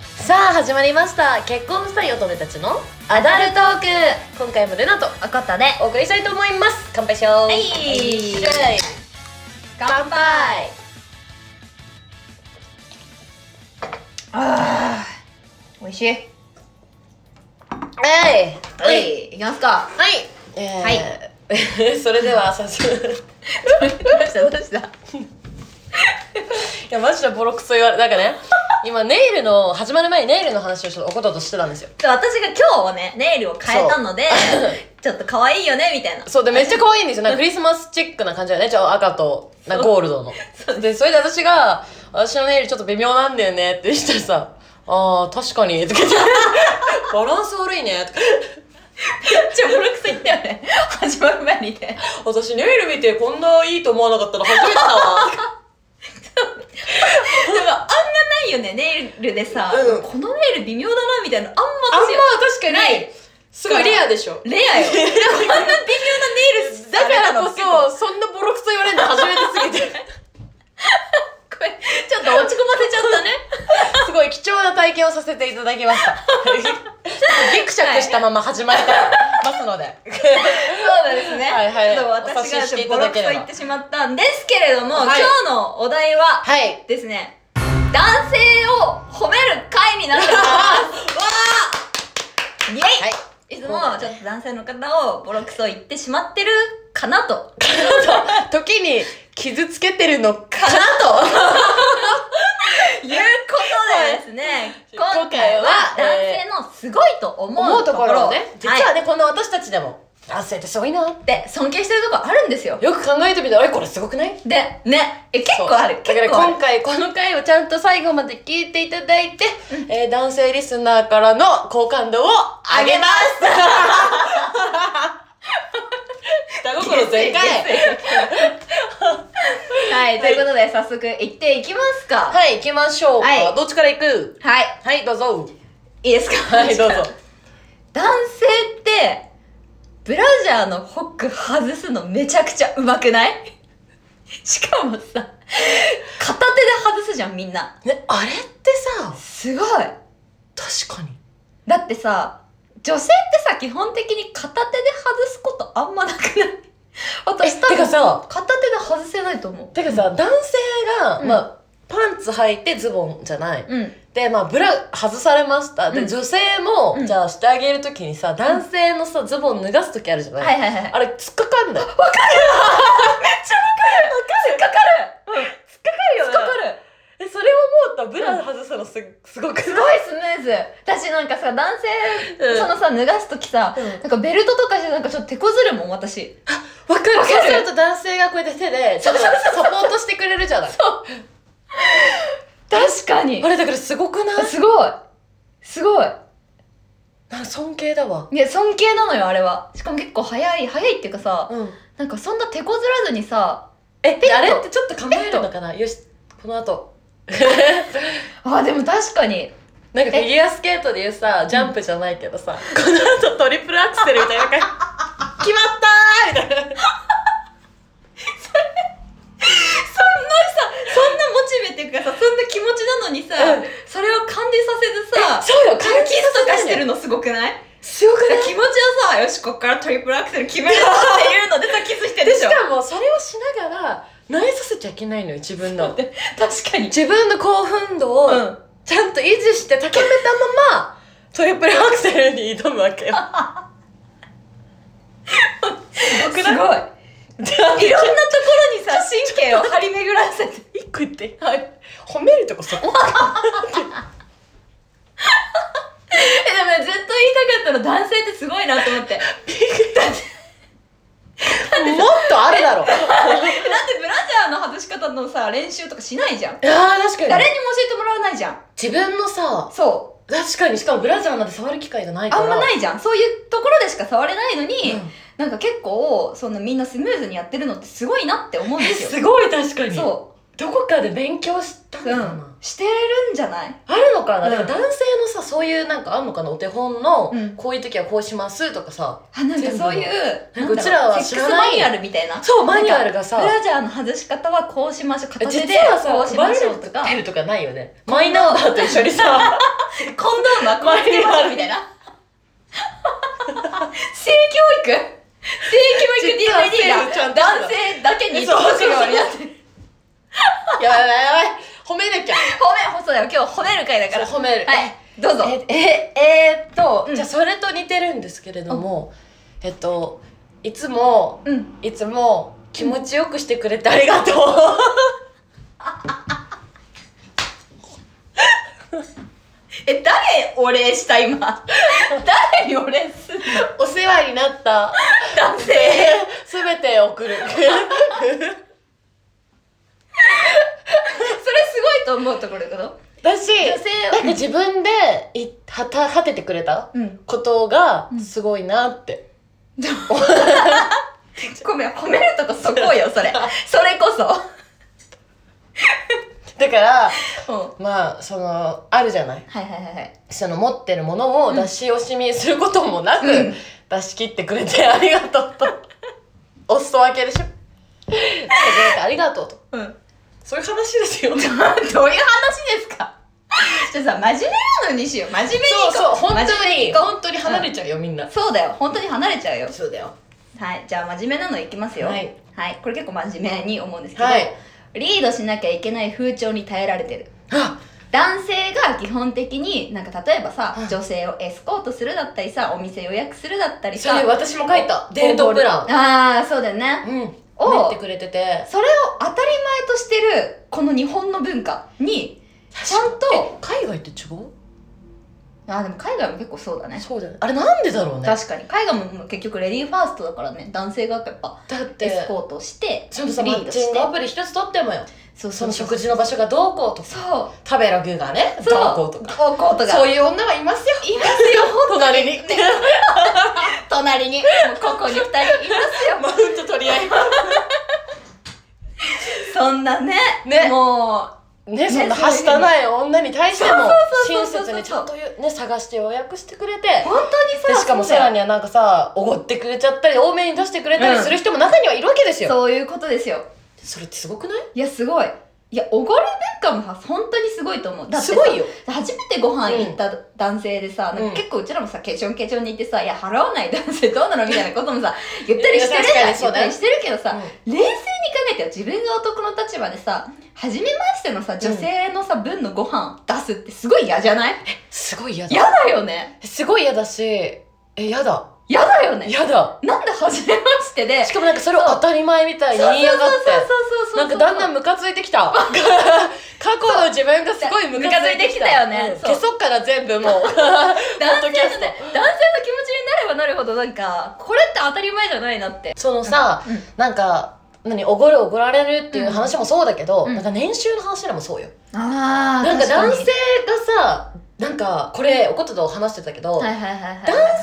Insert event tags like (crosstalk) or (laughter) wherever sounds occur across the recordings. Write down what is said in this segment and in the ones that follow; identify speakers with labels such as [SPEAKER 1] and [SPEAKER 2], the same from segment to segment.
[SPEAKER 1] さあ始まりました結婚したい乙女たちのアダルトーク今回もルナと
[SPEAKER 2] おことで
[SPEAKER 1] お送りしたいと思います乾杯しようはい乾杯
[SPEAKER 2] あー美味しい
[SPEAKER 1] はい
[SPEAKER 2] は、いいきますか
[SPEAKER 1] はいえー (laughs)
[SPEAKER 2] は
[SPEAKER 1] それでは早速い
[SPEAKER 2] どうしたどうした
[SPEAKER 1] やマジでボロクソ言われなんかね今ネイルの始まる前にネイルの話をちょっとおこととしてたんですよ
[SPEAKER 2] 私が今日ねネイルを変えたので (laughs) ちょっと可愛いよねみたいな
[SPEAKER 1] そうでめっちゃ可愛いんですよなんかクリスマスチックな感じだよねちょっと赤となんかゴールドのでそれで私が「私のネイルちょっと微妙なんだよね」ってしたらさ「あー確かに」とか言って「バランス悪いね」とか
[SPEAKER 2] めっちゃボロクソ言ったよね始まる前にね
[SPEAKER 1] 「私ネイル見てこんないいと思わなかったら初めてだわ
[SPEAKER 2] でもあんまないよねネイルでさ、
[SPEAKER 1] うん
[SPEAKER 2] このネイル微妙だなみたいなあん」ま
[SPEAKER 1] あんま確
[SPEAKER 2] 私
[SPEAKER 1] かに
[SPEAKER 2] ない
[SPEAKER 1] すごいレアでしょ
[SPEAKER 2] レ (laughs) アよこんな微妙なネイル
[SPEAKER 1] だから
[SPEAKER 2] (laughs)
[SPEAKER 1] こ
[SPEAKER 2] されたの
[SPEAKER 1] そそんなボロクソ言われるの初めてすぎ (laughs) て
[SPEAKER 2] これちょっと落ち込ませちゃったね
[SPEAKER 1] すごい貴重な体験をさせていただきました (laughs) ギクシャクしたまま始まりますので
[SPEAKER 2] (laughs) そうなんですね
[SPEAKER 1] はいはい
[SPEAKER 2] ちょっと
[SPEAKER 1] お察
[SPEAKER 2] 私が
[SPEAKER 1] しし
[SPEAKER 2] ちょ
[SPEAKER 1] て
[SPEAKER 2] っ
[SPEAKER 1] い
[SPEAKER 2] と
[SPEAKER 1] ただ
[SPEAKER 2] ボロ
[SPEAKER 1] け
[SPEAKER 2] ク
[SPEAKER 1] れ
[SPEAKER 2] ソ
[SPEAKER 1] ば
[SPEAKER 2] 言ってしまったんですけれども、
[SPEAKER 1] はい
[SPEAKER 2] 今日のお題は
[SPEAKER 1] はい
[SPEAKER 2] ですね男性を褒める会になっておりますわーイエイ、
[SPEAKER 1] はい
[SPEAKER 2] い、つもちょっと男性の方をボロクソ言ってしまってるかなと
[SPEAKER 1] 時に傷つけてるのか
[SPEAKER 2] かなということでですね、今回は
[SPEAKER 1] 今回
[SPEAKER 2] 男
[SPEAKER 1] は
[SPEAKER 2] 性のすごいと思
[SPEAKER 1] 思う
[SPEAKER 2] う
[SPEAKER 1] と
[SPEAKER 2] と
[SPEAKER 1] こ
[SPEAKER 2] こ
[SPEAKER 1] ろ
[SPEAKER 2] ろ
[SPEAKER 1] を
[SPEAKER 2] を
[SPEAKER 1] ね、実はね、こんな私たちでも男性ってすごいなよ
[SPEAKER 2] で尊敬してるとこあるんですよ
[SPEAKER 1] く考えてみたらあれこれすごくない結
[SPEAKER 2] でねえ結構ある
[SPEAKER 1] だ
[SPEAKER 2] 結
[SPEAKER 1] から
[SPEAKER 2] 構あ
[SPEAKER 1] 今
[SPEAKER 2] る
[SPEAKER 1] 回この回をちゃんと最後まで聞いていただいて、えー男性リスナーからの好感度を上げます (laughs) 下心全開
[SPEAKER 2] (laughs) はいということで早速行っていきますかは
[SPEAKER 1] は
[SPEAKER 2] い、
[SPEAKER 1] い行きましょうか、
[SPEAKER 2] はい
[SPEAKER 1] どっちから行くはいどうぞ
[SPEAKER 2] い、いですか
[SPEAKER 1] はいどうぞ
[SPEAKER 2] 男性ってブラジャーのホック外すのめちゃくちゃうまく (laughs) ないしかもさ片手で外すじゃんみんな
[SPEAKER 1] (laughs) ねあれってさ
[SPEAKER 2] すごい
[SPEAKER 1] 確かに
[SPEAKER 2] だってさ女性ってさ基本的に片手で外すことあんまなくない私多
[SPEAKER 1] てか
[SPEAKER 2] 分
[SPEAKER 1] さ
[SPEAKER 2] 片手で外せないと思う
[SPEAKER 1] てかさ男性が、
[SPEAKER 2] うん
[SPEAKER 1] まあパンツ履いてズボンじゃない、
[SPEAKER 2] うん
[SPEAKER 1] でまあブラ外されました、
[SPEAKER 2] う
[SPEAKER 1] で
[SPEAKER 2] ん
[SPEAKER 1] 女性も、
[SPEAKER 2] うん
[SPEAKER 1] じゃあしてあげるときにさ男性のさズボン脱がすときあるじゃない、
[SPEAKER 2] はいはいはいはい
[SPEAKER 1] あれ突っかかんないわか
[SPEAKER 2] 突っかかる突っかかる
[SPEAKER 1] えそれを思うとブラ外すのす,、すごく
[SPEAKER 2] す
[SPEAKER 1] す
[SPEAKER 2] ごいスムーズ私なんかさ男性、
[SPEAKER 1] うん
[SPEAKER 2] そのさ脱がす時さ、
[SPEAKER 1] うん
[SPEAKER 2] なんかベルトとかしてなんかちょっと手こずるもん私
[SPEAKER 1] わかるそうすると男性がこうやって手でちょっとサポートしてくれるじゃない
[SPEAKER 2] 確かに
[SPEAKER 1] あれだからすごくない
[SPEAKER 2] すごいすごい
[SPEAKER 1] なんか尊敬だわ
[SPEAKER 2] いや尊敬なのよあれはしかも結構早い早いっていうかさ
[SPEAKER 1] うん
[SPEAKER 2] なんかそんな手こずらずにさ
[SPEAKER 1] え
[SPEAKER 2] ペット
[SPEAKER 1] あれってちょっと考えるのかなよしこの後
[SPEAKER 2] あでも確かに
[SPEAKER 1] なんかフィギュアスケートでいうさジャンプじゃないけどさ、この後トリプルアクセルみたいな感じ (laughs) 決まったーみたいな
[SPEAKER 2] そんなさそんなモチベっていうかさそんな気持ちなのにさ、
[SPEAKER 1] うん
[SPEAKER 2] それを感じさせずさ
[SPEAKER 1] そうよ、換
[SPEAKER 2] 換
[SPEAKER 1] 気
[SPEAKER 2] 気
[SPEAKER 1] と
[SPEAKER 2] と
[SPEAKER 1] か
[SPEAKER 2] か
[SPEAKER 1] し
[SPEAKER 2] してて
[SPEAKER 1] る
[SPEAKER 2] る
[SPEAKER 1] の。
[SPEAKER 2] のすごくない
[SPEAKER 1] すごく
[SPEAKER 2] 気持ちはさよしこっからトリプルアクセル決めるぞっていうのでさ気づいてる
[SPEAKER 1] で、
[SPEAKER 2] でし
[SPEAKER 1] し
[SPEAKER 2] ょ
[SPEAKER 1] かも、それをしながら、慣れさせちゃいけないのよ、自分の。
[SPEAKER 2] 確かに
[SPEAKER 1] 自分の興奮度
[SPEAKER 2] う
[SPEAKER 1] を、
[SPEAKER 2] ん
[SPEAKER 1] ちゃんと維持して、高めたまま、トリプルアクセルに挑むわ (laughs) けよ。
[SPEAKER 2] すごいい
[SPEAKER 1] す
[SPEAKER 2] ろんなところにさ神経を張り巡らせて
[SPEAKER 1] 一個言って。はい。褒めるとこそ (laughs) こ。
[SPEAKER 2] えでもねずっと言いたかったの男性ってすごいなと思って
[SPEAKER 1] (laughs) もっとあるだろう。
[SPEAKER 2] えだってブラジャーの外し方のさ練習とかしないじゃん
[SPEAKER 1] ああ、確か
[SPEAKER 2] 誰
[SPEAKER 1] に。
[SPEAKER 2] にも教えてもらわないじゃん
[SPEAKER 1] 自分のさ、
[SPEAKER 2] そ
[SPEAKER 1] 確かに、しかもブラジャーなんて触る機会がないうから。
[SPEAKER 2] あんまないじゃんそういうところでしか触れないのに、
[SPEAKER 1] うん
[SPEAKER 2] なんか結構そのみんなスムーズにやってるのってすごいなって思うんですよ
[SPEAKER 1] すごい確かに。
[SPEAKER 2] そ
[SPEAKER 1] どこかで勉強したの
[SPEAKER 2] うう
[SPEAKER 1] かな。
[SPEAKER 2] んしてるんじゃない
[SPEAKER 1] あるのかな、
[SPEAKER 2] うん
[SPEAKER 1] だから男性のさそういうなんかあんのかなお手本の、
[SPEAKER 2] うん
[SPEAKER 1] こういう時はこうしますとかさ
[SPEAKER 2] あなんかそういう
[SPEAKER 1] 全
[SPEAKER 2] な
[SPEAKER 1] 部
[SPEAKER 2] ん
[SPEAKER 1] う
[SPEAKER 2] だろ
[SPEAKER 1] ちらは知
[SPEAKER 2] セ
[SPEAKER 1] ら
[SPEAKER 2] ッ
[SPEAKER 1] な
[SPEAKER 2] ク
[SPEAKER 1] い
[SPEAKER 2] スマニュアルみたいな
[SPEAKER 1] そうマニュアルが
[SPEAKER 2] ブ
[SPEAKER 1] さ
[SPEAKER 2] ラジャーの外し方はこうしましょう片手で
[SPEAKER 1] 実はさ
[SPEAKER 2] こうしましょうと
[SPEAKER 1] と
[SPEAKER 2] か
[SPEAKER 1] かペルとかないよねマイナンバーと一緒にさ
[SPEAKER 2] ンドームはこうつけましょうみたいな性教育性教育
[SPEAKER 1] 実は
[SPEAKER 2] DVD
[SPEAKER 1] 性をちゃん
[SPEAKER 2] が
[SPEAKER 1] と
[SPEAKER 2] 男性だけに届くようになってる
[SPEAKER 1] ばいやばいやばい褒めなきゃ
[SPEAKER 2] 褒めそうだよ今日褒める回だから
[SPEAKER 1] そう褒める
[SPEAKER 2] はいどうぞ
[SPEAKER 1] えええーっと、
[SPEAKER 2] うん
[SPEAKER 1] じゃあそれと似てるんですけれどもえっといつも
[SPEAKER 2] うん
[SPEAKER 1] いつも気持ちよくしてくれてありがとう
[SPEAKER 2] え誰お礼した今誰にお礼すんの
[SPEAKER 1] お世話にな (laughs) った
[SPEAKER 2] 男性
[SPEAKER 1] すべてを送る
[SPEAKER 2] それすごいと思うところだけど
[SPEAKER 1] だし
[SPEAKER 2] 女
[SPEAKER 1] なんか
[SPEAKER 2] 性
[SPEAKER 1] 自分でいはた果ててくれた
[SPEAKER 2] うん
[SPEAKER 1] ことがすごいなって、
[SPEAKER 2] ごめん褒めるとこそこよそれそれこ
[SPEAKER 1] だから
[SPEAKER 2] そ、うん、は
[SPEAKER 1] まあそのあるじゃない
[SPEAKER 2] いはいはいはい
[SPEAKER 1] その持ってるものを出し惜しみすることもなく、
[SPEAKER 2] うん
[SPEAKER 1] 出し切ってくれてありがとう (laughs) とお裾分けでしょしてくれてありがとうと
[SPEAKER 2] うん
[SPEAKER 1] (laughs) そういう話 (laughs) ですよそう
[SPEAKER 2] (laughs) どういう話ですかちょっとさ真面目なのにしよう真面目にいこう
[SPEAKER 1] そう本当
[SPEAKER 2] 真面目
[SPEAKER 1] に
[SPEAKER 2] いこう
[SPEAKER 1] 本当に離れちゃうよ、みんな
[SPEAKER 2] そうだよ本当に離れちゃうよ
[SPEAKER 1] そうだよ
[SPEAKER 2] はいじゃあ真面目なのいきますよ
[SPEAKER 1] はい、
[SPEAKER 2] はいこれ結構真面目に思うんですけど、
[SPEAKER 1] はい
[SPEAKER 2] リードしなきゃいけない風潮に耐えられてる
[SPEAKER 1] あ
[SPEAKER 2] 男性が基本的になんか例えばさ、
[SPEAKER 1] うん
[SPEAKER 2] 女性をエスコートするだったりさお店予約するだったり
[SPEAKER 1] そ
[SPEAKER 2] さ
[SPEAKER 1] れ私も書いたデートプラン
[SPEAKER 2] ああそうだよね
[SPEAKER 1] うん
[SPEAKER 2] お
[SPEAKER 1] 持ってくれてて
[SPEAKER 2] それを当たり前としてるこの日本の文化にちゃんと
[SPEAKER 1] え海外って違う
[SPEAKER 2] あーでも海外も結構そうだね
[SPEAKER 1] そうだよねあれなんでだろうね
[SPEAKER 2] 確かに海外も結局レディーファーストだからね男性がやっぱ
[SPEAKER 1] だって
[SPEAKER 2] エスコートして
[SPEAKER 1] ちゃんとさ
[SPEAKER 2] リ
[SPEAKER 1] マ
[SPEAKER 2] ー
[SPEAKER 1] ッ
[SPEAKER 2] ド
[SPEAKER 1] チ
[SPEAKER 2] し
[SPEAKER 1] ン
[SPEAKER 2] て
[SPEAKER 1] グアプリ一つ取ってもよ
[SPEAKER 2] そう
[SPEAKER 1] そ
[SPEAKER 2] そう
[SPEAKER 1] の
[SPEAKER 2] そう
[SPEAKER 1] 食事の場所がどうこうとか
[SPEAKER 2] そう
[SPEAKER 1] 食べログがね
[SPEAKER 2] そう
[SPEAKER 1] どうこうとか
[SPEAKER 2] どうこうとか
[SPEAKER 1] そういう女はいますよ
[SPEAKER 2] いますよ
[SPEAKER 1] (laughs) 隣に
[SPEAKER 2] 隣にもうここに二人いま
[SPEAKER 1] (laughs)
[SPEAKER 2] すよ
[SPEAKER 1] マウント取り合い
[SPEAKER 2] そんなね
[SPEAKER 1] ね
[SPEAKER 2] もう
[SPEAKER 1] ね、そんな
[SPEAKER 2] そういう
[SPEAKER 1] はしたない女に対しても
[SPEAKER 2] そう
[SPEAKER 1] 親
[SPEAKER 2] そうそうそう
[SPEAKER 1] 切にちゃんと言うね探して予約してくれて
[SPEAKER 2] 本当に
[SPEAKER 1] で
[SPEAKER 2] さ
[SPEAKER 1] しかも
[SPEAKER 2] そう
[SPEAKER 1] さ
[SPEAKER 2] だよ
[SPEAKER 1] らにはなんかさおごってくれちゃったり多めに出してくれたりする人も中にはいるわけですよ、
[SPEAKER 2] そういうことですよ
[SPEAKER 1] それってすごくない
[SPEAKER 2] いやすごいいやおごる文化もさ本当にすごいと思うだって
[SPEAKER 1] す
[SPEAKER 2] さ
[SPEAKER 1] ごいよ
[SPEAKER 2] 初めてご飯行った男性でさ、なん
[SPEAKER 1] うん
[SPEAKER 2] か結構うちらもさケチョンケチョンに行ってさ「いや払わない男性どうなの?」みたいなこともさ言ったりしてるじ
[SPEAKER 1] いや確
[SPEAKER 2] ゃ
[SPEAKER 1] か
[SPEAKER 2] ん
[SPEAKER 1] にそ
[SPEAKER 2] 言
[SPEAKER 1] う
[SPEAKER 2] っ
[SPEAKER 1] だよ
[SPEAKER 2] たりしてるけどさ、
[SPEAKER 1] うん
[SPEAKER 2] 冷静に考えてよ自分が男の立場でさ初めましてのさ女性のさ分のご飯出すってすごい嫌じゃない
[SPEAKER 1] すごい嫌だ
[SPEAKER 2] 嫌だよね
[SPEAKER 1] すごい嫌だしえ嫌だ
[SPEAKER 2] 嫌だよね
[SPEAKER 1] 嫌だ
[SPEAKER 2] なんで初めましてで
[SPEAKER 1] しかもなんかそれを当たり前みたいに言いやがって
[SPEAKER 2] そうそうそうそうそう
[SPEAKER 1] なんかだんだんムカついてき
[SPEAKER 2] (laughs)
[SPEAKER 1] た過去の自分がすごいムカついてきた
[SPEAKER 2] ムカついてきたよね
[SPEAKER 1] うん
[SPEAKER 2] そう
[SPEAKER 1] 消そっから全部もう
[SPEAKER 2] 男性の
[SPEAKER 1] ポッドキャスト
[SPEAKER 2] ね男性の気持ちになればなるほどなんかこれって当たり前じゃないなって
[SPEAKER 1] (laughs) そのさ、
[SPEAKER 2] うん
[SPEAKER 1] なんか何おごるおごられるっていう話もそうだけど、
[SPEAKER 2] うん
[SPEAKER 1] なんか年収の話でもそうよ、
[SPEAKER 2] あ
[SPEAKER 1] なんか男性がさなんかこれおことと話してたけど、
[SPEAKER 2] はいはいはいはいはい
[SPEAKER 1] 男性の年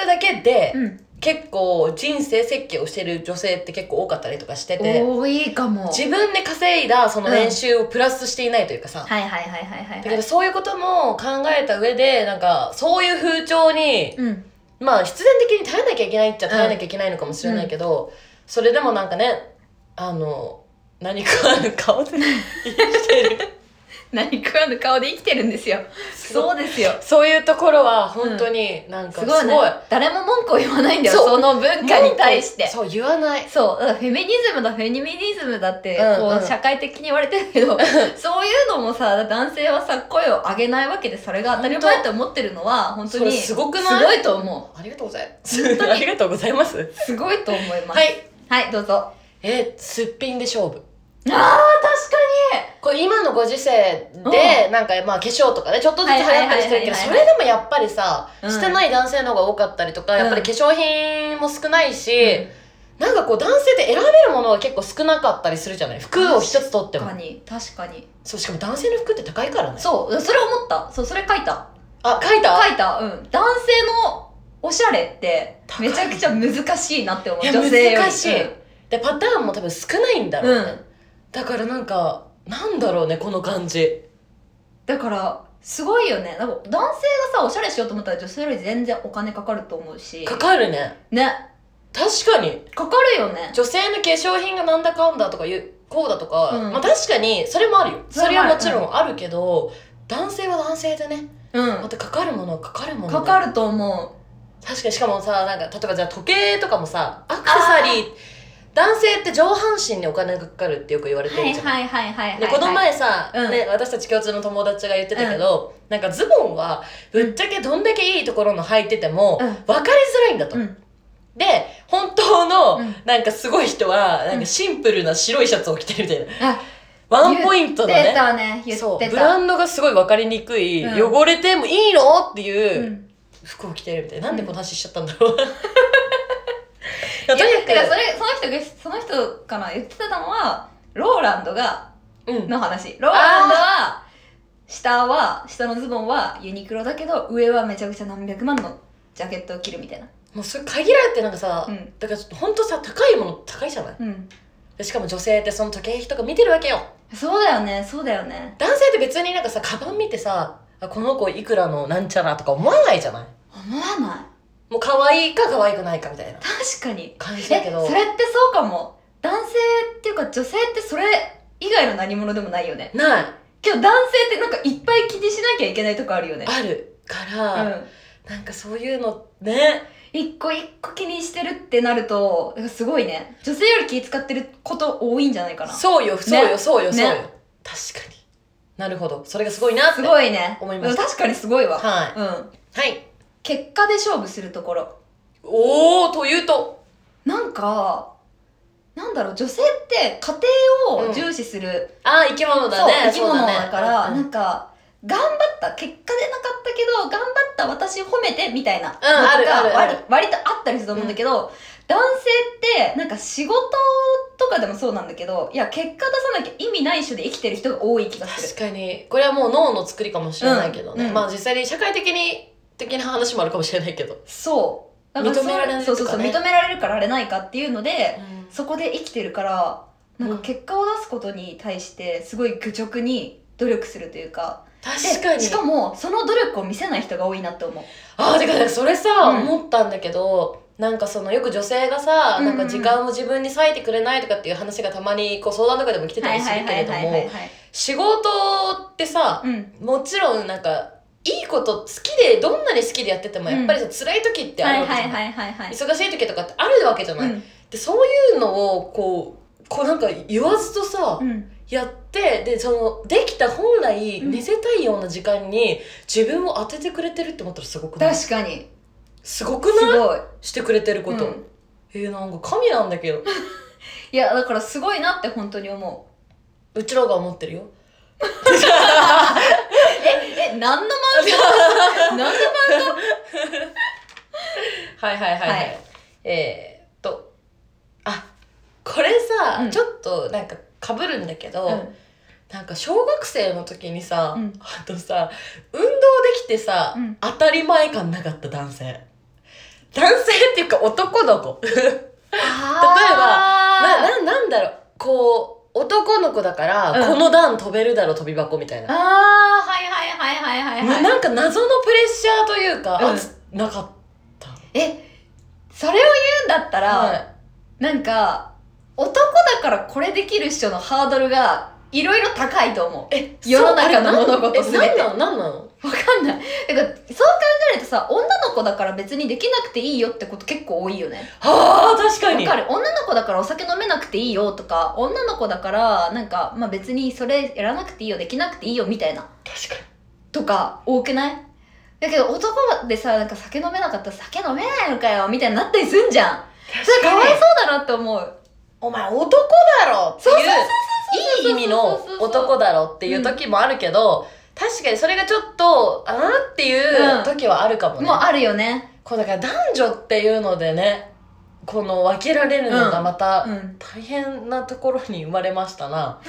[SPEAKER 1] 収だけで、
[SPEAKER 2] うん
[SPEAKER 1] 結構人生設計をしてる女性って結構多かったりとかしてて
[SPEAKER 2] 多いかも
[SPEAKER 1] 自分で稼いだその年収をプラスしていないというかさ、
[SPEAKER 2] はいはいはいはいはい
[SPEAKER 1] だ
[SPEAKER 2] は
[SPEAKER 1] け
[SPEAKER 2] い
[SPEAKER 1] どそういうことも考えた上でなんかそういう風潮に、
[SPEAKER 2] うん
[SPEAKER 1] まあ必然的に耐えなきゃいけないっちゃ耐えなきゃいけないのかもしれないけど、それでもなんかねあの何かある顔で生きてる
[SPEAKER 2] 何食わぬ顔で生きてるんですよそうですよ
[SPEAKER 1] そういうところは本当になんか
[SPEAKER 2] す
[SPEAKER 1] す
[SPEAKER 2] ご
[SPEAKER 1] ごい,、
[SPEAKER 2] いね誰も文句を言わないんだよ
[SPEAKER 1] そう
[SPEAKER 2] その文化に対して
[SPEAKER 1] そう言わない
[SPEAKER 2] そうだからフェミニズムだフェミニズムだって
[SPEAKER 1] うん
[SPEAKER 2] こ
[SPEAKER 1] うん
[SPEAKER 2] う社会的に言われてるけど、そういうのもさ男性はさ声を上げないわけでそれが当たり前って思ってるのは本当
[SPEAKER 1] それ
[SPEAKER 2] に
[SPEAKER 1] すごくない
[SPEAKER 2] すごいと思
[SPEAKER 1] ありがとうございますありがとうございます
[SPEAKER 2] うすごいと思います、
[SPEAKER 1] はいい
[SPEAKER 2] はい、どうぞあ
[SPEAKER 1] えーすっぴんで勝負
[SPEAKER 2] ー確か
[SPEAKER 1] これ今のご時世で、なんかまあ化粧とかねちょっとずつ流行ったりしてるけど
[SPEAKER 2] はい
[SPEAKER 1] そ
[SPEAKER 2] はいは
[SPEAKER 1] れでもやっぱりさ、
[SPEAKER 2] うん
[SPEAKER 1] してない男性の方が多かったりとか、やっぱり化粧品も少ないし、
[SPEAKER 2] に
[SPEAKER 1] なんかこう男性って選べるものが結構少なかったりするじゃない服を一つ取って
[SPEAKER 2] 確
[SPEAKER 1] も
[SPEAKER 2] かに確かに
[SPEAKER 1] そうしかも男性の服って高いからね
[SPEAKER 2] そうそれ思ったそうそれ書いた
[SPEAKER 1] あ書いた
[SPEAKER 2] 書いたうん男性のおしゃれって
[SPEAKER 1] 高い
[SPEAKER 2] めちゃくちゃ難しいなって思う
[SPEAKER 1] いや
[SPEAKER 2] 女性より
[SPEAKER 1] 難しい、
[SPEAKER 2] うん
[SPEAKER 1] でパターンも多分少ないんだろうね、
[SPEAKER 2] うん
[SPEAKER 1] だからなんかなんだろうねこの感じ
[SPEAKER 2] だからすごいよねなんか男性がさおしゃれしようと思ったら女性より全然お金かかると思うし
[SPEAKER 1] かかるね
[SPEAKER 2] ね
[SPEAKER 1] 確かに
[SPEAKER 2] かかるよね
[SPEAKER 1] 女性の化粧品がなんだかんだとかいうこうだとか、
[SPEAKER 2] うん
[SPEAKER 1] まあ確かにそれもあるよ
[SPEAKER 2] そ
[SPEAKER 1] そ
[SPEAKER 2] れ
[SPEAKER 1] れ
[SPEAKER 2] もあ
[SPEAKER 1] は
[SPEAKER 2] る
[SPEAKER 1] もちろんあるけど、男性は男性でね
[SPEAKER 2] うん
[SPEAKER 1] またかかるものはかかるもので
[SPEAKER 2] かかると思
[SPEAKER 1] 確かにしかもさなんか例えばじゃあ時計とかもさアクセサリー男性って上半身にお金がかかるってよく言わ
[SPEAKER 2] う
[SPEAKER 1] れてるじゃん、
[SPEAKER 2] いはいはい
[SPEAKER 1] でこの前さ、
[SPEAKER 2] うん
[SPEAKER 1] ね、私たち共通の友達が言ってたけど、なんかズボンはぶっちゃけどんだけいいところの履いてても、
[SPEAKER 2] うん
[SPEAKER 1] 分かりづらいんだと、
[SPEAKER 2] うん
[SPEAKER 1] で本当の、
[SPEAKER 2] うん
[SPEAKER 1] なんかすごい人はなん
[SPEAKER 2] う
[SPEAKER 1] か
[SPEAKER 2] ん
[SPEAKER 1] シンプルな白いシャツを着てるみたいな、
[SPEAKER 2] あ
[SPEAKER 1] ワンポイントの
[SPEAKER 2] 言って
[SPEAKER 1] ね
[SPEAKER 2] たね言
[SPEAKER 1] そ
[SPEAKER 2] って
[SPEAKER 1] うブ
[SPEAKER 2] た
[SPEAKER 1] ランドがすごい分かりにくい、
[SPEAKER 2] うん
[SPEAKER 1] 汚れてもいいのっていうう、
[SPEAKER 2] ん
[SPEAKER 1] 服を着てるみたいななんでこの話しちゃったんだろう (laughs) い
[SPEAKER 2] い
[SPEAKER 1] や
[SPEAKER 2] や
[SPEAKER 1] とに
[SPEAKER 2] だからそ
[SPEAKER 1] か
[SPEAKER 2] れその人がその人かな言ってたのはローランドが
[SPEAKER 1] くうん
[SPEAKER 2] の話ローランドは下は下のズボンはユニクロだけど上はめちゃくちゃ何百万のジャケットを着るみたいな
[SPEAKER 1] もうそれ限られてなんかさ、
[SPEAKER 2] うん
[SPEAKER 1] だからちょっとほんとさ高いもの高いじゃない
[SPEAKER 2] うん
[SPEAKER 1] でしかも女性ってその時計費とか見てるわけよ
[SPEAKER 2] そうだよねそうだよね
[SPEAKER 1] 男性って別になんかさカバン見てさあこの子いくらのなんちゃらとか思わないじゃない
[SPEAKER 2] 思わない
[SPEAKER 1] もう可愛いか可愛くないかみたいな
[SPEAKER 2] 確かに
[SPEAKER 1] 感じだ
[SPEAKER 2] え
[SPEAKER 1] けど
[SPEAKER 2] それってそうかも男性っていうか女性ってそれ以外の何者でもないよね
[SPEAKER 1] ない
[SPEAKER 2] けど男性ってなんかいっぱい気にしなきゃいけないとこあるよね
[SPEAKER 1] あるか
[SPEAKER 2] う
[SPEAKER 1] ら、
[SPEAKER 2] ん
[SPEAKER 1] なんかそういうのね
[SPEAKER 2] 一個一個気にしてるってなるとすごいね女性より気使ってること多いんじゃないかなす
[SPEAKER 1] そうよそうよそうよ
[SPEAKER 2] ね
[SPEAKER 1] そうよ、確かになるほどそれがすごいなって
[SPEAKER 2] ごいね
[SPEAKER 1] 思いました
[SPEAKER 2] 確かにすごいわ、
[SPEAKER 1] は
[SPEAKER 2] うん
[SPEAKER 1] いはい
[SPEAKER 2] 結果で勝負するところ
[SPEAKER 1] おおというと
[SPEAKER 2] なんかなんだろう女性って家庭を重視する、
[SPEAKER 1] ああ生き物だね
[SPEAKER 2] そう生き物だから
[SPEAKER 1] そうだね
[SPEAKER 2] なんか頑張った結果でなかったけど頑張った私褒めてみたいなのとか
[SPEAKER 1] あるあるある
[SPEAKER 2] 割割とあったりすると思うんだけど、男性ってなんか仕事とかでもそうなんだけどいや結果出さなきゃ意味ない種で生きてる人が多い気がす
[SPEAKER 1] 確
[SPEAKER 2] る
[SPEAKER 1] かにこれはもう脳の作りかもしれないけどね、
[SPEAKER 2] うん
[SPEAKER 1] まあ実際に社会的に的な話もあるかもしれないけど、
[SPEAKER 2] そうなんかそう
[SPEAKER 1] 認められるとかね
[SPEAKER 2] そうそうそう認められるからあれないかっていうので
[SPEAKER 1] う
[SPEAKER 2] そこで生きてるからなんか結果を出すことに対してすごい愚直に努力するというかで
[SPEAKER 1] 確かに
[SPEAKER 2] しかもその努力を見せない人が多いなって思う
[SPEAKER 1] ああてかねそれさ、
[SPEAKER 2] うん
[SPEAKER 1] 思ったんだけどなんかそのよく女性がさ、
[SPEAKER 2] うんうん
[SPEAKER 1] なんか時間を自分に割いてくれないとかっていう話がたまにこう相談とかでも来てたりするけれども
[SPEAKER 2] い
[SPEAKER 1] 仕事ってさ、
[SPEAKER 2] うん
[SPEAKER 1] もちろんなんかいいこと好きでどんなに好きでやっててもやっぱりさ、辛い時ってあ
[SPEAKER 2] は
[SPEAKER 1] る
[SPEAKER 2] い
[SPEAKER 1] わけじゃな
[SPEAKER 2] はい
[SPEAKER 1] い
[SPEAKER 2] はいはいはい
[SPEAKER 1] 忙しい時とかってあるわけじゃない、
[SPEAKER 2] うん
[SPEAKER 1] でそういうのをこうこうなんか言わずとさ、
[SPEAKER 2] うん
[SPEAKER 1] やってでそのできた本来
[SPEAKER 2] うん
[SPEAKER 1] 寝せたいような時間に自分を当ててくれてるって思ったらすごくない
[SPEAKER 2] 確かに
[SPEAKER 1] すごく
[SPEAKER 2] す
[SPEAKER 1] ない
[SPEAKER 2] ごい
[SPEAKER 1] してくれてること、
[SPEAKER 2] うん
[SPEAKER 1] えー、なんか神なんだけど
[SPEAKER 2] いやだからすごいなって本当に思う
[SPEAKER 1] うちらが思ってるよ
[SPEAKER 2] え何の漫画何の漫
[SPEAKER 1] はいはいはいはい、
[SPEAKER 2] はい
[SPEAKER 1] えー、っとあこれさ、
[SPEAKER 2] うん
[SPEAKER 1] ちょっとなんかかぶるんだけど、
[SPEAKER 2] 画
[SPEAKER 1] なんか小学生の時にさ、
[SPEAKER 2] うん
[SPEAKER 1] あとさ運動できてさ、
[SPEAKER 2] うん
[SPEAKER 1] 当たり前感なかった男性男性っていうか男の子な
[SPEAKER 2] あ
[SPEAKER 1] ななんだろうこう男の子だから、
[SPEAKER 2] うん
[SPEAKER 1] この段飛べるだろ飛び箱みたい
[SPEAKER 2] ー
[SPEAKER 1] な、
[SPEAKER 2] あーはいはいはいはいはい
[SPEAKER 1] な
[SPEAKER 2] はい
[SPEAKER 1] なんか謎のプレッシャーというか、
[SPEAKER 2] うん
[SPEAKER 1] あつなかった
[SPEAKER 2] えそれを言うんだったら
[SPEAKER 1] は
[SPEAKER 2] なんか男だからこれできる人のハードルがいろいろ高いと思う
[SPEAKER 1] いえ
[SPEAKER 2] 世の中の
[SPEAKER 1] そうあれ
[SPEAKER 2] 物事全て
[SPEAKER 1] えなんなのなんなの
[SPEAKER 2] わかんない。てか、そう考えるとさ、女の子だから別にできなくていいよってこと結構多いよね。
[SPEAKER 1] あー確か
[SPEAKER 2] わ
[SPEAKER 1] に
[SPEAKER 2] かる。女の子だからお酒飲めなくていいよとか、女の子だから、なんか、まあ別にそれやらなくていいよ、できなくていいよみたいな。
[SPEAKER 1] 確か
[SPEAKER 2] とか、多くないだけど男でさ、なんか酒飲めなかったら酒飲めないのかよ、みたいになったりすんじゃん。
[SPEAKER 1] に
[SPEAKER 2] それかわいそう
[SPEAKER 1] う
[SPEAKER 2] だなって思う。
[SPEAKER 1] お前男だろって
[SPEAKER 2] そうそう
[SPEAKER 1] い
[SPEAKER 2] そう
[SPEAKER 1] う
[SPEAKER 2] そう
[SPEAKER 1] いい意味の男だろっていう時もあるけど、確かにそれがちょっとあーっていう時はあるかもね、
[SPEAKER 2] もうあるよね。
[SPEAKER 1] こうだから男女っていうのでねこの分けられるのがまた
[SPEAKER 2] うん。
[SPEAKER 1] 大変なところに生まれましたな、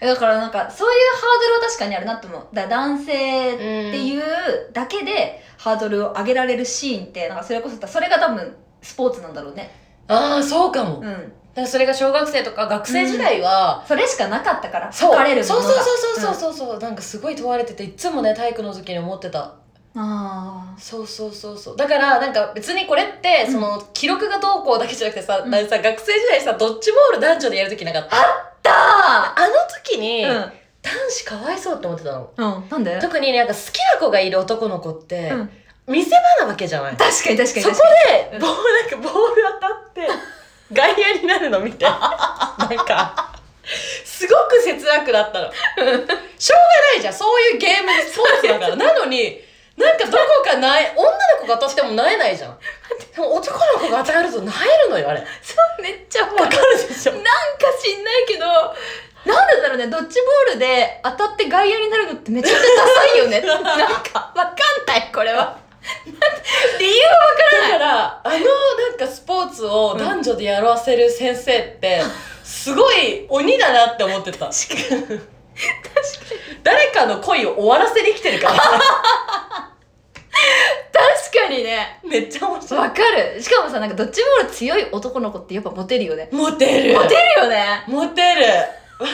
[SPEAKER 2] だからなんか、そういうハードルは確かにあるなって思う。だから男性
[SPEAKER 1] っ
[SPEAKER 2] って
[SPEAKER 1] う
[SPEAKER 2] いうだけでハードルを上げられるシーンってなんかそれこそそれが多分スポーツなんだろうね
[SPEAKER 1] ああそうかも、だか
[SPEAKER 2] うん
[SPEAKER 1] らそれが小学生とか学生時代は、
[SPEAKER 2] それしかなかったから
[SPEAKER 1] そう
[SPEAKER 2] 書かれるもの
[SPEAKER 1] そう
[SPEAKER 2] が
[SPEAKER 1] そうそうそうそうそう、なんかすごい問われてていつもね体育の時に思ってた
[SPEAKER 2] うんあ
[SPEAKER 1] そうそうそうそうだからなんか別にこれって
[SPEAKER 2] うん
[SPEAKER 1] その記録がどうこうだけじゃなくてさ,、
[SPEAKER 2] うん
[SPEAKER 1] なんかさ学生時代さドッジボール男女でやる時なかった
[SPEAKER 2] あだ
[SPEAKER 1] あの時に、
[SPEAKER 2] うん
[SPEAKER 1] 男子かわいそうって思ってたの
[SPEAKER 2] うん。なんで
[SPEAKER 1] 特になんか好きな子がいる男の子って、
[SPEAKER 2] うん
[SPEAKER 1] 見せ場なわけじゃない
[SPEAKER 2] 確かに確かに
[SPEAKER 1] そこ
[SPEAKER 2] 確か
[SPEAKER 1] でボールなんかボール当たって外野になるの
[SPEAKER 2] (laughs)
[SPEAKER 1] 見てなんかすごく切なくなったのしょうがないじゃんそういうゲームスポーツだからなのになんかどこかない女の子が当たってもなえないじゃんでも男の子が当たるとなえるのよあれわ
[SPEAKER 2] に。そう、めっちゃわか
[SPEAKER 1] か
[SPEAKER 2] る。
[SPEAKER 1] るでしょ
[SPEAKER 2] なんか知んないけど、なんでだろうね、ドッジボールで当たって外野になるのってめちゃくちゃダサいよね。 (laughs) なんか、わかんない、これ (laughs) は。理由はわか
[SPEAKER 1] だ
[SPEAKER 2] ら
[SPEAKER 1] からあのなんかスポーツを男女でやらせる先生ってすごい鬼だなって思ってた誰かの恋を終わらせに来てるから
[SPEAKER 2] 確かにね。
[SPEAKER 1] めっちゃ面白い
[SPEAKER 2] わかる。しかもさ、なんかドッジボール強い男の子ってやっぱモテるよね。
[SPEAKER 1] モテる
[SPEAKER 2] モテるよね。
[SPEAKER 1] モテるわか
[SPEAKER 2] これ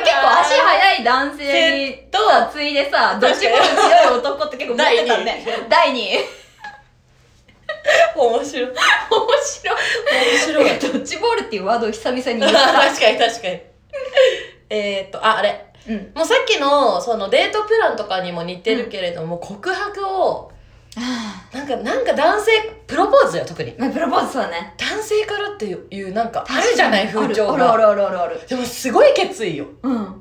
[SPEAKER 2] 結構足速い男性に
[SPEAKER 1] と
[SPEAKER 2] さ、ついでさ、ドッジボール強い男って結構モテたね。第2位。
[SPEAKER 1] (laughs) る面白い面
[SPEAKER 2] 面白い。
[SPEAKER 1] 白い (laughs)
[SPEAKER 2] ドッジボールっていうワードを久々に言
[SPEAKER 1] 確
[SPEAKER 2] った。
[SPEAKER 1] (laughs) かに確かにえーっとああれ
[SPEAKER 2] うん。
[SPEAKER 1] もうさっきのそのデートプランとかにも似てるけれども、告白をなんかなんか男性プロポーズよ特に
[SPEAKER 2] まあ、プロポーズそうだね。
[SPEAKER 1] 男性からっていうなんかあるじゃない風潮
[SPEAKER 2] あるあ
[SPEAKER 1] が
[SPEAKER 2] るあるあるある。
[SPEAKER 1] でもすごい決意よ
[SPEAKER 2] うん。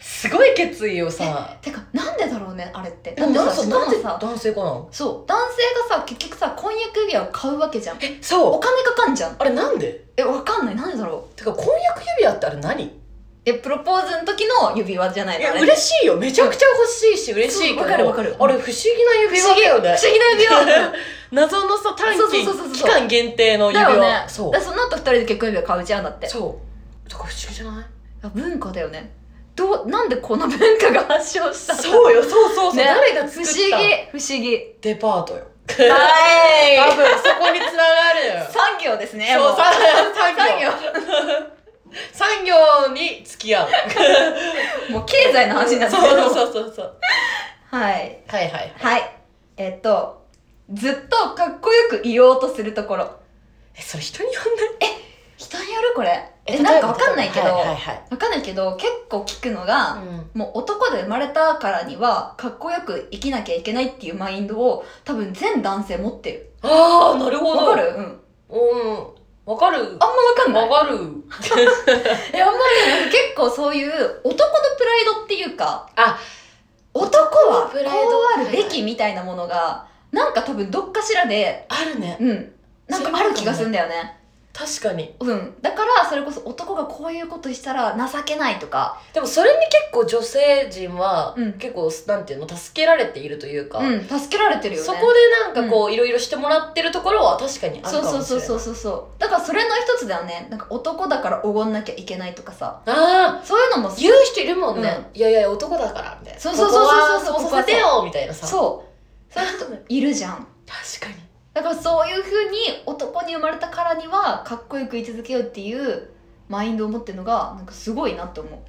[SPEAKER 1] すごい決意をさ
[SPEAKER 2] てか、なんでだろうね、あれって。
[SPEAKER 1] で
[SPEAKER 2] だっ
[SPEAKER 1] も
[SPEAKER 2] て
[SPEAKER 1] なん
[SPEAKER 2] さ、
[SPEAKER 1] か
[SPEAKER 2] しか
[SPEAKER 1] な
[SPEAKER 2] も
[SPEAKER 1] んで
[SPEAKER 2] さ、
[SPEAKER 1] 男性かな
[SPEAKER 2] そう、男性がさ、結局さ、婚約指輪を買うわけじゃん。
[SPEAKER 1] え
[SPEAKER 2] お
[SPEAKER 1] そう
[SPEAKER 2] 金かかんじゃん。
[SPEAKER 1] あれなんで
[SPEAKER 2] え、わかんない。なんでだろう。
[SPEAKER 1] てか婚約指輪ってあれ何
[SPEAKER 2] え、プロポーズの時の指輪じゃない
[SPEAKER 1] い
[SPEAKER 2] の
[SPEAKER 1] や、
[SPEAKER 2] あれ
[SPEAKER 1] 嬉しいよ。めちゃくちゃ欲しいし、嬉しいけど。
[SPEAKER 2] わかるわかる
[SPEAKER 1] あれ、不思議な指
[SPEAKER 2] 不
[SPEAKER 1] 輪
[SPEAKER 2] 思議
[SPEAKER 1] だよね
[SPEAKER 2] 不。思議な指輪。
[SPEAKER 1] 謎のさ、短
[SPEAKER 2] そうそうそうそうそう
[SPEAKER 1] 期期間限定の指
[SPEAKER 2] だよね
[SPEAKER 1] 輪。。そう
[SPEAKER 2] だ。からその後二人で結婚指輪買うじゃんだって。
[SPEAKER 1] そう。だから不思議じゃない
[SPEAKER 2] あ文化だよね。どう、なんでこの文化が発祥した
[SPEAKER 1] (laughs)
[SPEAKER 2] の
[SPEAKER 1] そうよ、そうそうそう。
[SPEAKER 2] ね
[SPEAKER 1] 誰が
[SPEAKER 2] 不
[SPEAKER 1] 作
[SPEAKER 2] 思
[SPEAKER 1] っ
[SPEAKER 2] 議
[SPEAKER 1] た
[SPEAKER 2] 不思議
[SPEAKER 1] デパートよ。多
[SPEAKER 2] は
[SPEAKER 1] 分、そこに繋がる
[SPEAKER 2] (laughs)
[SPEAKER 1] よ。
[SPEAKER 2] 産業ですね
[SPEAKER 1] そう、
[SPEAKER 2] も
[SPEAKER 1] さ
[SPEAKER 2] 産
[SPEAKER 1] 産業。
[SPEAKER 2] 業
[SPEAKER 1] 産業に付き合う。
[SPEAKER 2] もう経済の話になってる
[SPEAKER 1] そうそうそうそう。
[SPEAKER 2] はい
[SPEAKER 1] はいはい。
[SPEAKER 2] はいえっとずっとかっこよくいようとするところ
[SPEAKER 1] え、それ人によんない
[SPEAKER 2] 人によるこれえなんかわかんないけど、
[SPEAKER 1] はいはいはい。
[SPEAKER 2] わかんないけど結構聞くのが、
[SPEAKER 1] うん
[SPEAKER 2] もう男で生まれたからにはかっこよく生きなきゃいけないっていうマインドを多分全男性持ってる
[SPEAKER 1] あー、なるほど。
[SPEAKER 2] わかるうんあん
[SPEAKER 1] うん。わかる。
[SPEAKER 2] まわかんない
[SPEAKER 1] わかる。
[SPEAKER 2] え、あんまりなんか結構そういう男のプライドっていうか、
[SPEAKER 1] あ、
[SPEAKER 2] 男は
[SPEAKER 1] 男の
[SPEAKER 2] こ
[SPEAKER 1] プライド
[SPEAKER 2] うあるべきみたいなものが、なんか多分どっかしらで、
[SPEAKER 1] あるね。
[SPEAKER 2] うん、なんかある気がするんだよね。
[SPEAKER 1] 確かに。
[SPEAKER 2] うん。だから、それこそ男がこういうことしたら情けないとか、
[SPEAKER 1] でもそれに結構女性陣は、
[SPEAKER 2] うん
[SPEAKER 1] 結構、なんていうの、助けられているというか、
[SPEAKER 2] うん、助けられてるよね。
[SPEAKER 1] そこでなんかこう、いろいろしてもらってるところは確かにあるか
[SPEAKER 2] そう
[SPEAKER 1] もしれ
[SPEAKER 2] そ
[SPEAKER 1] な
[SPEAKER 2] う
[SPEAKER 1] い。。
[SPEAKER 2] そうそううそうそう。だからそれの一つだよね。なんか男だからおごんなきゃいけないとかさ、
[SPEAKER 1] ああ、
[SPEAKER 2] そういうのも
[SPEAKER 1] 言う人いるもんね。いやいや、男だから、みたいな。
[SPEAKER 2] そうそうそうそうそう
[SPEAKER 1] ここはそうさせてよ、みたいなさ。
[SPEAKER 2] そう。そういう人いるじゃん。
[SPEAKER 1] 確かに。
[SPEAKER 2] だからそういうふうに男に生まれたからにはかっこよく言い続けようっていうマインドを持ってるのがなんかすごいなって思う、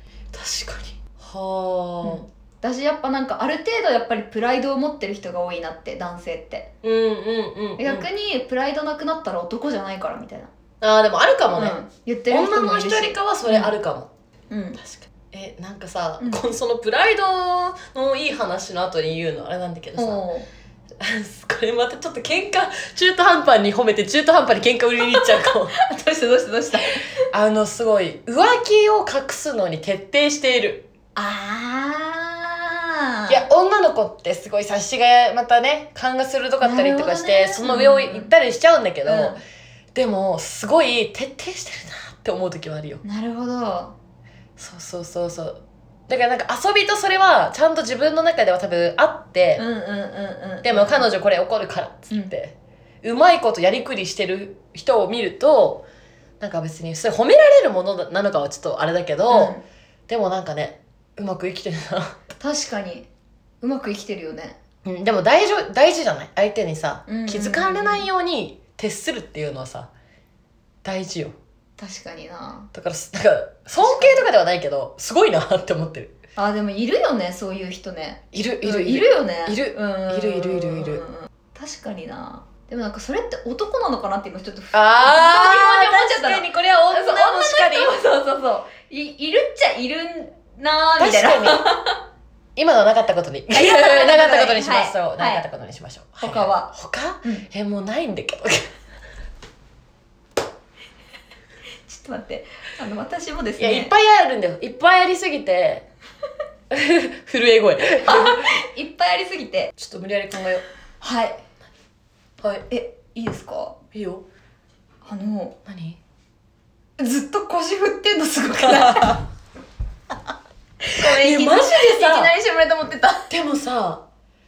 [SPEAKER 1] 確かに。はあ。
[SPEAKER 2] 私やっぱなんかある程度やっぱりプライドを持ってる人が多いなって男性って
[SPEAKER 1] うんうんうん、うん。
[SPEAKER 2] 逆にプライドなくなったら男じゃないからみたいな、
[SPEAKER 1] ああ、でもあるかもね。
[SPEAKER 2] うん言ってる
[SPEAKER 1] 女
[SPEAKER 2] 人も
[SPEAKER 1] の
[SPEAKER 2] いる
[SPEAKER 1] 一
[SPEAKER 2] し
[SPEAKER 1] 人かはそれあるかも。
[SPEAKER 2] うん
[SPEAKER 1] 確かにえなんかさ、
[SPEAKER 2] うん
[SPEAKER 1] このそのプライドのいい話の後に言うのあれなんだけどさ、 (laughs) こ
[SPEAKER 2] おう
[SPEAKER 1] れまたちょっと喧嘩中途半端に褒めて中途半端に喧嘩売りに行っちゃうかも
[SPEAKER 2] どうしたどうしたどうした
[SPEAKER 1] (laughs) あのすごい浮気を隠すのに徹底している
[SPEAKER 2] あー
[SPEAKER 1] いや女の子ってすごい察しがまたね勘が鋭かったりとかして、
[SPEAKER 2] なるほどね
[SPEAKER 1] その上を行ったりしちゃうんだけど、
[SPEAKER 2] う
[SPEAKER 1] でもすごい徹底してるなって思う時はあるよ
[SPEAKER 2] んなるほど
[SPEAKER 1] そうそうそうそうだからなんか遊びとそれはちゃんと自分の中では多分あって、
[SPEAKER 2] うんうんうんうん
[SPEAKER 1] でも彼女これ怒るからっつって、うまいことやりくりしてる人を見るとなんか別にそれ褒められるものなのかはちょっとあれだけど、
[SPEAKER 2] うん
[SPEAKER 1] でもなんかねうまく生きてる
[SPEAKER 2] 確かにうまく生きてるよね
[SPEAKER 1] な、 (laughs) うん、でも大丈大事じゃない相手にさ、
[SPEAKER 2] うんうんうん
[SPEAKER 1] 気づかれないように徹するっていうのはさ大事よ
[SPEAKER 2] 確かにな
[SPEAKER 1] だからすなんか尊敬とかではないけどすごいなって思ってる
[SPEAKER 2] あでもいるよねそういう人ね
[SPEAKER 1] いるい
[SPEAKER 2] うん
[SPEAKER 1] る
[SPEAKER 2] いるよね
[SPEAKER 1] いる
[SPEAKER 2] うん
[SPEAKER 1] いるいるいるいる
[SPEAKER 2] 確かになでもなんかそれって男なのかなって今ちょっとふ
[SPEAKER 1] あ
[SPEAKER 2] 疑問に思っちゃ
[SPEAKER 1] ー確
[SPEAKER 2] ったの
[SPEAKER 1] かにこれは女もしかり
[SPEAKER 2] そうそうそういいるっちゃいるなー
[SPEAKER 1] 確
[SPEAKER 2] みたい
[SPEAKER 1] か
[SPEAKER 2] な
[SPEAKER 1] に (laughs) 今のはなかったことにな
[SPEAKER 2] 今のはなかったことに
[SPEAKER 1] かったことにしましょう、
[SPEAKER 2] はい
[SPEAKER 1] なかったことにしましょう、い
[SPEAKER 2] 他は
[SPEAKER 1] 他
[SPEAKER 2] うん
[SPEAKER 1] えもうないんだけど
[SPEAKER 2] (laughs) ちょっと待ってあの私もです
[SPEAKER 1] いや
[SPEAKER 2] ね
[SPEAKER 1] いっぱいあるんだよいっぱいありすぎて (laughs) 震え声
[SPEAKER 2] いっぱいありすぎて
[SPEAKER 1] ちょっと無理やり考えよ
[SPEAKER 2] はいう
[SPEAKER 1] はい
[SPEAKER 2] えいいですか
[SPEAKER 1] いいよ
[SPEAKER 2] あの
[SPEAKER 1] (laughs) 何
[SPEAKER 2] ずっと腰振ってんのすごくない (laughs) ごめん
[SPEAKER 1] いやマジでさ
[SPEAKER 2] いきなりしてもらえたと思ってた
[SPEAKER 1] でもさ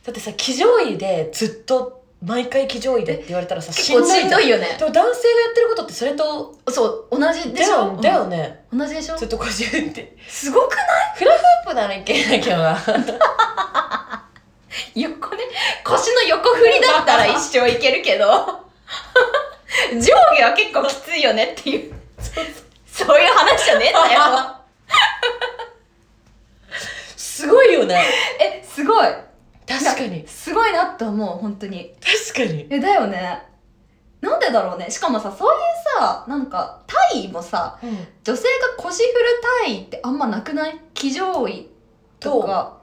[SPEAKER 1] だってさ騎乗位でずっと毎回騎乗位でって言われたらさ
[SPEAKER 2] 結構
[SPEAKER 1] じゃ
[SPEAKER 2] しんどいよね
[SPEAKER 1] でも男性がやってることってそれと
[SPEAKER 2] そう同じで
[SPEAKER 1] だ
[SPEAKER 2] しょ
[SPEAKER 1] よだよね、
[SPEAKER 2] うん同じでしょ
[SPEAKER 1] ずっと腰振って
[SPEAKER 2] すごくない
[SPEAKER 1] フラフープならいけないけどな
[SPEAKER 2] 横ね腰の横振りだったら一生いけるけど (laughs) 上下は結構きついよねっていうそういう話じゃねえんだよ
[SPEAKER 1] すごいよね
[SPEAKER 2] (laughs) えすごい
[SPEAKER 1] 確かに
[SPEAKER 2] すごいなと思う本当に
[SPEAKER 1] 確かに
[SPEAKER 2] えだよねなんでだろうねしかもさそういうさなんか体位もさ
[SPEAKER 1] うん
[SPEAKER 2] 女性が腰振る体位ってあんまなくない騎乗位とか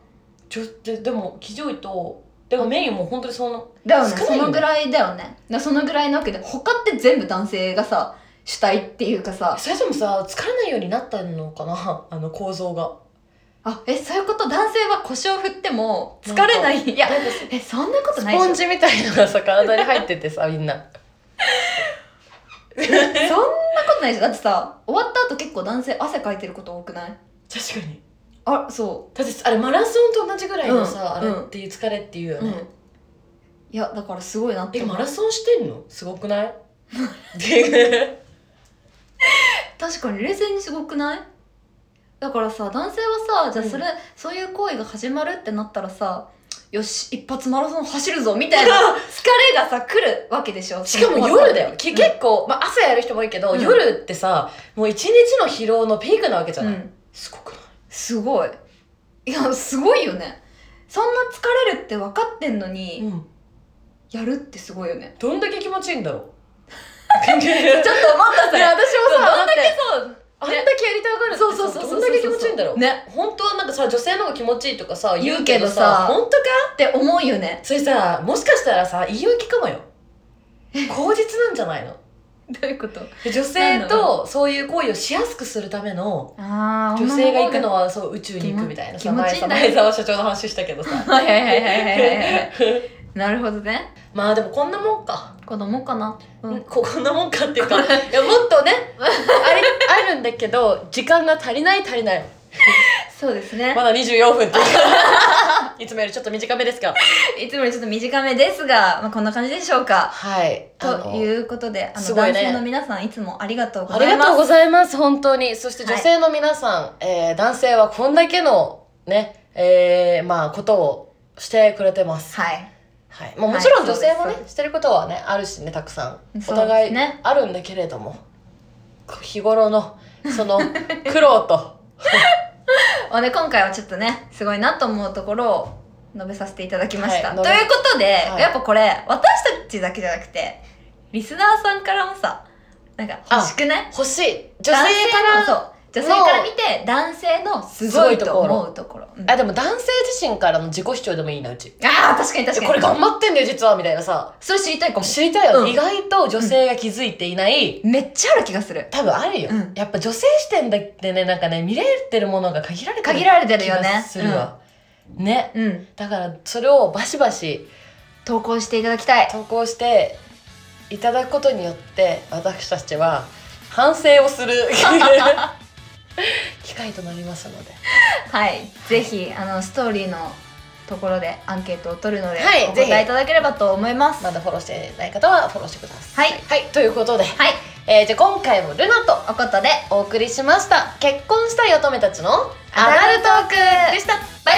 [SPEAKER 1] ちょででも騎乗位とでもメインも本当にその
[SPEAKER 2] だよね
[SPEAKER 1] 少な
[SPEAKER 2] そ
[SPEAKER 1] いよね
[SPEAKER 2] のぐらいだよねだからそのぐらいなわけで他って全部男性がさ主体っていうかさ
[SPEAKER 1] それでもさ疲れないようになったのかなあの構造が
[SPEAKER 2] あえそういうこと男性は腰を振っても疲れないいや
[SPEAKER 1] なんか
[SPEAKER 2] えそんなこと
[SPEAKER 1] ス
[SPEAKER 2] ないで
[SPEAKER 1] ポ
[SPEAKER 2] し
[SPEAKER 1] ン
[SPEAKER 2] ょ
[SPEAKER 1] ジみたいのがさ体に入っててさみん
[SPEAKER 2] (laughs)
[SPEAKER 1] な
[SPEAKER 2] そんなことないでしょだってさ終わった後結構男性汗かいてること多くない
[SPEAKER 1] 確かに
[SPEAKER 2] あそ
[SPEAKER 1] だってあれマラソンと同じぐらいのさ、
[SPEAKER 2] うん
[SPEAKER 1] あれっていう疲れっていうよ
[SPEAKER 2] ううん
[SPEAKER 1] ね、
[SPEAKER 2] いやだからすごいなって
[SPEAKER 1] え
[SPEAKER 2] 思う
[SPEAKER 1] マラソンしてんのすごくない
[SPEAKER 2] (laughs)
[SPEAKER 1] っていう
[SPEAKER 2] 確かに冷静にすごくないだからさ男性はさじゃあそれ、そういう行為が始まるってなったらさよし一発マラソン走るぞみ
[SPEAKER 1] (laughs)
[SPEAKER 2] たいな疲れがさ来るわけでしょ
[SPEAKER 1] しかも夜だよ、き
[SPEAKER 2] き
[SPEAKER 1] 結構、まあ、朝やる人もいいけど、
[SPEAKER 2] うん
[SPEAKER 1] 夜ってさもう一日の疲労のピークなわけじゃ
[SPEAKER 2] う
[SPEAKER 1] ない、
[SPEAKER 2] ん、
[SPEAKER 1] すごくない
[SPEAKER 2] すごいいやすごいよねそんな疲れるって分かってんのに、
[SPEAKER 1] うん
[SPEAKER 2] やるってすごいよね
[SPEAKER 1] どんだけ気持ちいいんだろう (laughs) ちょ (laughs) っと待った
[SPEAKER 2] ちょっと待った
[SPEAKER 1] それ私もさ
[SPEAKER 2] どんだ
[SPEAKER 1] だって
[SPEAKER 2] けそう
[SPEAKER 1] あんだけやりたがるってさ
[SPEAKER 2] そうそうそうそう
[SPEAKER 1] どんだけ気持ちいいんだろう
[SPEAKER 2] ね
[SPEAKER 1] 本当はなんかさ女性の方が気持ちいいとかさ
[SPEAKER 2] 言
[SPEAKER 1] 言
[SPEAKER 2] う
[SPEAKER 1] う
[SPEAKER 2] け
[SPEAKER 1] け
[SPEAKER 2] ど
[SPEAKER 1] ど
[SPEAKER 2] さ
[SPEAKER 1] さ本当か
[SPEAKER 2] って思うよね
[SPEAKER 1] それさもしかしたらさ言い訳かもよ口実なんじゃないの
[SPEAKER 2] どういうこと
[SPEAKER 1] 女性とそういう行為をしやすくするための
[SPEAKER 2] あ
[SPEAKER 1] 女性が行くの
[SPEAKER 2] は
[SPEAKER 1] はそう宇宙に行くみたいな
[SPEAKER 2] 気
[SPEAKER 1] さ
[SPEAKER 2] 持ちい
[SPEAKER 1] 前
[SPEAKER 2] いん
[SPEAKER 1] さ
[SPEAKER 2] だ
[SPEAKER 1] 前澤社長の話したけどさ
[SPEAKER 2] はいはいはいはいはいは
[SPEAKER 1] (laughs)
[SPEAKER 2] いはいなるほどね
[SPEAKER 1] まあでもこんなもんか、
[SPEAKER 2] 子供かなう
[SPEAKER 1] うんここんなもんかっていうかいやもっと
[SPEAKER 2] (laughs)
[SPEAKER 1] ねあれあるんだけど時間が足りない足りない
[SPEAKER 2] そうですね
[SPEAKER 1] まだ24分っていうかいつもよりちょっと短めですが
[SPEAKER 2] いつもよりちょっと短めですが、まあ、こんな感じでしょうか。
[SPEAKER 1] はい
[SPEAKER 2] ということで、あの、
[SPEAKER 1] すごい
[SPEAKER 2] 男
[SPEAKER 1] ね
[SPEAKER 2] 性の皆さんいつもありがとうご
[SPEAKER 1] あ
[SPEAKER 2] ざ
[SPEAKER 1] り
[SPEAKER 2] い
[SPEAKER 1] が
[SPEAKER 2] ま
[SPEAKER 1] とう
[SPEAKER 2] す。
[SPEAKER 1] ございます本当にそして
[SPEAKER 2] はい
[SPEAKER 1] 女性の皆さん、えー男性はこんだけのねえーまあことをしてくれてます、
[SPEAKER 2] はい。
[SPEAKER 1] はいまあ、もちろ
[SPEAKER 2] は
[SPEAKER 1] ん
[SPEAKER 2] い
[SPEAKER 1] 女性も
[SPEAKER 2] そうで
[SPEAKER 1] ね
[SPEAKER 2] すそう
[SPEAKER 1] してることはねあるしねたくさん
[SPEAKER 2] そ
[SPEAKER 1] お
[SPEAKER 2] うで
[SPEAKER 1] 互
[SPEAKER 2] す
[SPEAKER 1] い
[SPEAKER 2] ね
[SPEAKER 1] あるんだけれども、日頃のそ
[SPEAKER 2] (laughs)
[SPEAKER 1] の苦労と
[SPEAKER 2] あで今回はちょっとね、すごいなと思うところを述べさせていただきました。
[SPEAKER 1] はい
[SPEAKER 2] と
[SPEAKER 1] 述べ
[SPEAKER 2] いうことで、
[SPEAKER 1] はい
[SPEAKER 2] やっぱこれ、私たちだけじゃなくて、リスナーさんからもさ、なんか欲しくない
[SPEAKER 1] 欲しい女性から
[SPEAKER 2] 男性のそう。女性から見て、男性のすごいと思うところ。うん
[SPEAKER 1] あでも男性自身からの自己主張でもいいなうち
[SPEAKER 2] ああ、確かに確かに。
[SPEAKER 1] これ頑張ってんだよ実はみたいなさ
[SPEAKER 2] それ知りたいかも。
[SPEAKER 1] 知りたいよね、
[SPEAKER 2] うん
[SPEAKER 1] 意外と女性が気づいていない、
[SPEAKER 2] めっちゃある気がする。
[SPEAKER 1] 多分あるよ、
[SPEAKER 2] うん
[SPEAKER 1] やっぱ女性視点だってねなんかね見れてるものが限られてる
[SPEAKER 2] 限られてるよね
[SPEAKER 1] 気がするわ、ね
[SPEAKER 2] うん。
[SPEAKER 1] だからそれをバシバシ
[SPEAKER 2] 投稿していただき
[SPEAKER 1] (laughs)
[SPEAKER 2] たい。
[SPEAKER 1] 投稿していただくことによって私たちは反省をす
[SPEAKER 2] (laughs)
[SPEAKER 1] る機会となりますので
[SPEAKER 2] はい、ぜひあのストーリーのところでアンケートを取るので、
[SPEAKER 1] はい
[SPEAKER 2] お
[SPEAKER 1] ぜひ
[SPEAKER 2] 答えいただければと思います。
[SPEAKER 1] まだフォローしてない方はフォローしてください
[SPEAKER 2] はい、
[SPEAKER 1] ということで、
[SPEAKER 2] はい、
[SPEAKER 1] えーじゃあ今回もルナと
[SPEAKER 2] おことで
[SPEAKER 1] お送りしました結婚したい乙女たちのア
[SPEAKER 2] アダ
[SPEAKER 1] ダ
[SPEAKER 2] ル
[SPEAKER 1] ル
[SPEAKER 2] ト
[SPEAKER 1] ト
[SPEAKER 2] ー
[SPEAKER 1] ー
[SPEAKER 2] ク
[SPEAKER 1] クでした
[SPEAKER 2] バイバイ